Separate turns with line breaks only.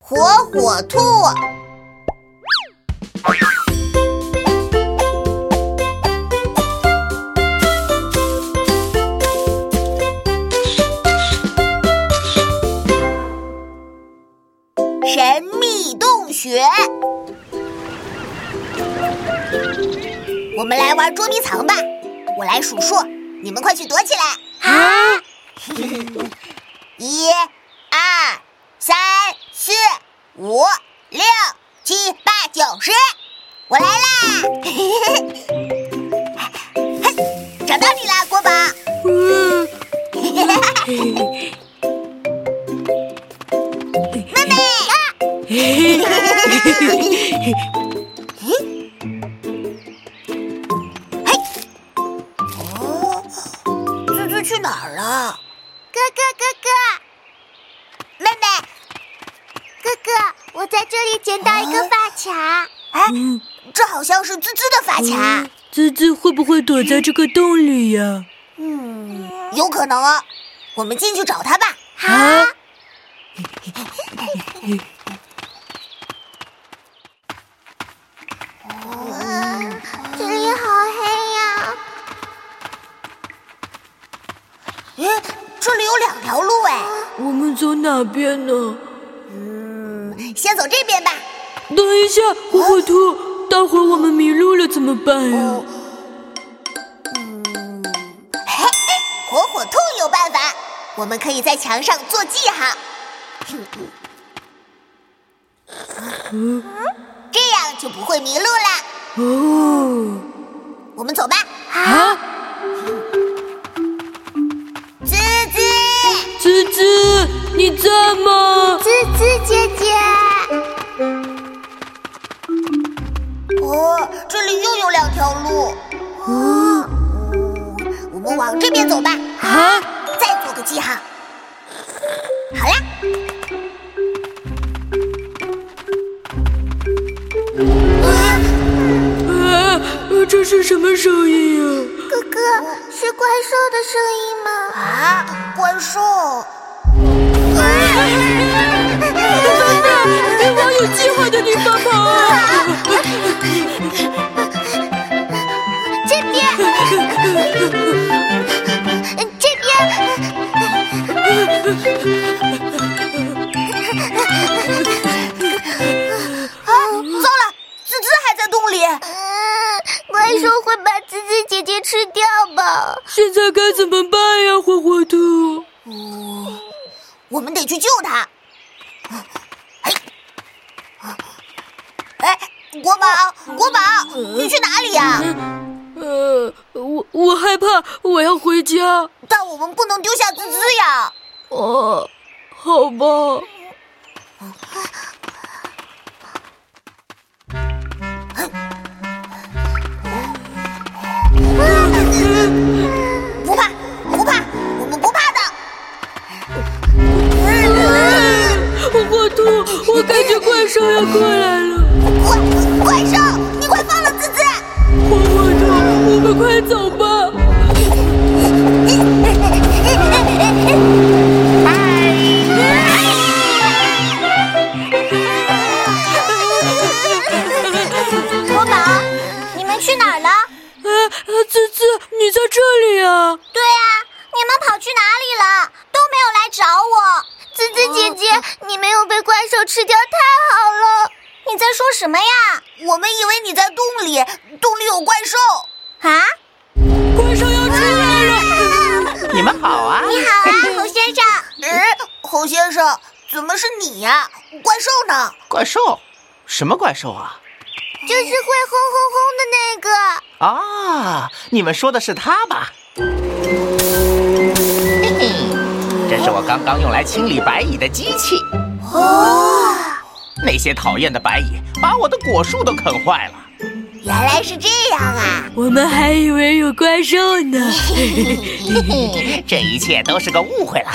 火火兔。神秘洞穴，我们来玩捉迷藏吧。我来数数，你们快去躲起来！啊！一、二、三、四、五、六、七、八、九、十，我来啦！找到你啦，国宝！嗯，妹妹。哦，最最去哪儿了？
哥哥，哥哥，
妹妹，
哥哥，我在这里捡到一个发卡，
哎，
嗯，
这好像是滋滋的发卡，
滋滋会不会躲在这个洞里呀？
嗯
有可能哦。我们进去找他吧。
啊，
哦这里好黑呀！
哎，这里有两条路哎，
我们走哪边呢？
嗯，先走这边吧。
等一下，火火兔，待会儿我们迷路了怎么办呀？
嗯嘿，火火兔有办法，我们可以在墙上做记号。嗯这样就不会迷路了。
哦，
我们走吧，
啊，
滋滋。
滋滋，你在吗？
滋滋姐姐，
哦，这里又有两条路。嗯，我们往这边走吧，
哦啊，
再做个记号。好啦，
啊，这是什么声音呀？
哥哥是怪兽的声音吗？
啊，怪兽，
别往啊有计划的地方跑啊！
这边，这 边，
啊糟了，滋滋还在洞里。
嗯怪兽会把滋滋姐姐吃掉吧？
现在该怎么办呀，火火兔？
我们得去救他。哎，哎，国宝，国宝，你去哪里呀、
呃，我我害怕，我要回家。
但我们不能丢下滋滋呀。
哦，好吧。
不怕，不怕，我们不怕的。
火兔，我感觉怪兽要过来了。
怪怪兽，你快放了滋滋！
火火兔，我们快走吧。啊
国宝，你们去哪儿了？
啊啊，滋滋，你在这里啊？
对呀、你们跑去哪里了？都没有来找我。滋滋姐姐，你没有被怪兽吃掉，太好了！你在说什么呀？
我们以为你在洞里，洞里有怪兽。
啊？
怪兽要出来了！
你们好啊！
你好啊，侯先生。
哎，侯先生，怎么是你呀、怪兽呢？
怪兽？什么怪兽啊？
就是会轰轰轰的那个。
啊，你们说的是它吧？嘿嘿，这是我刚刚用来清理白蚁的机器。哦，那些讨厌的白蚁把我的果树都啃坏了。
原来是这样 啊！
我们还以为有怪兽呢。
这一切都是个误会了。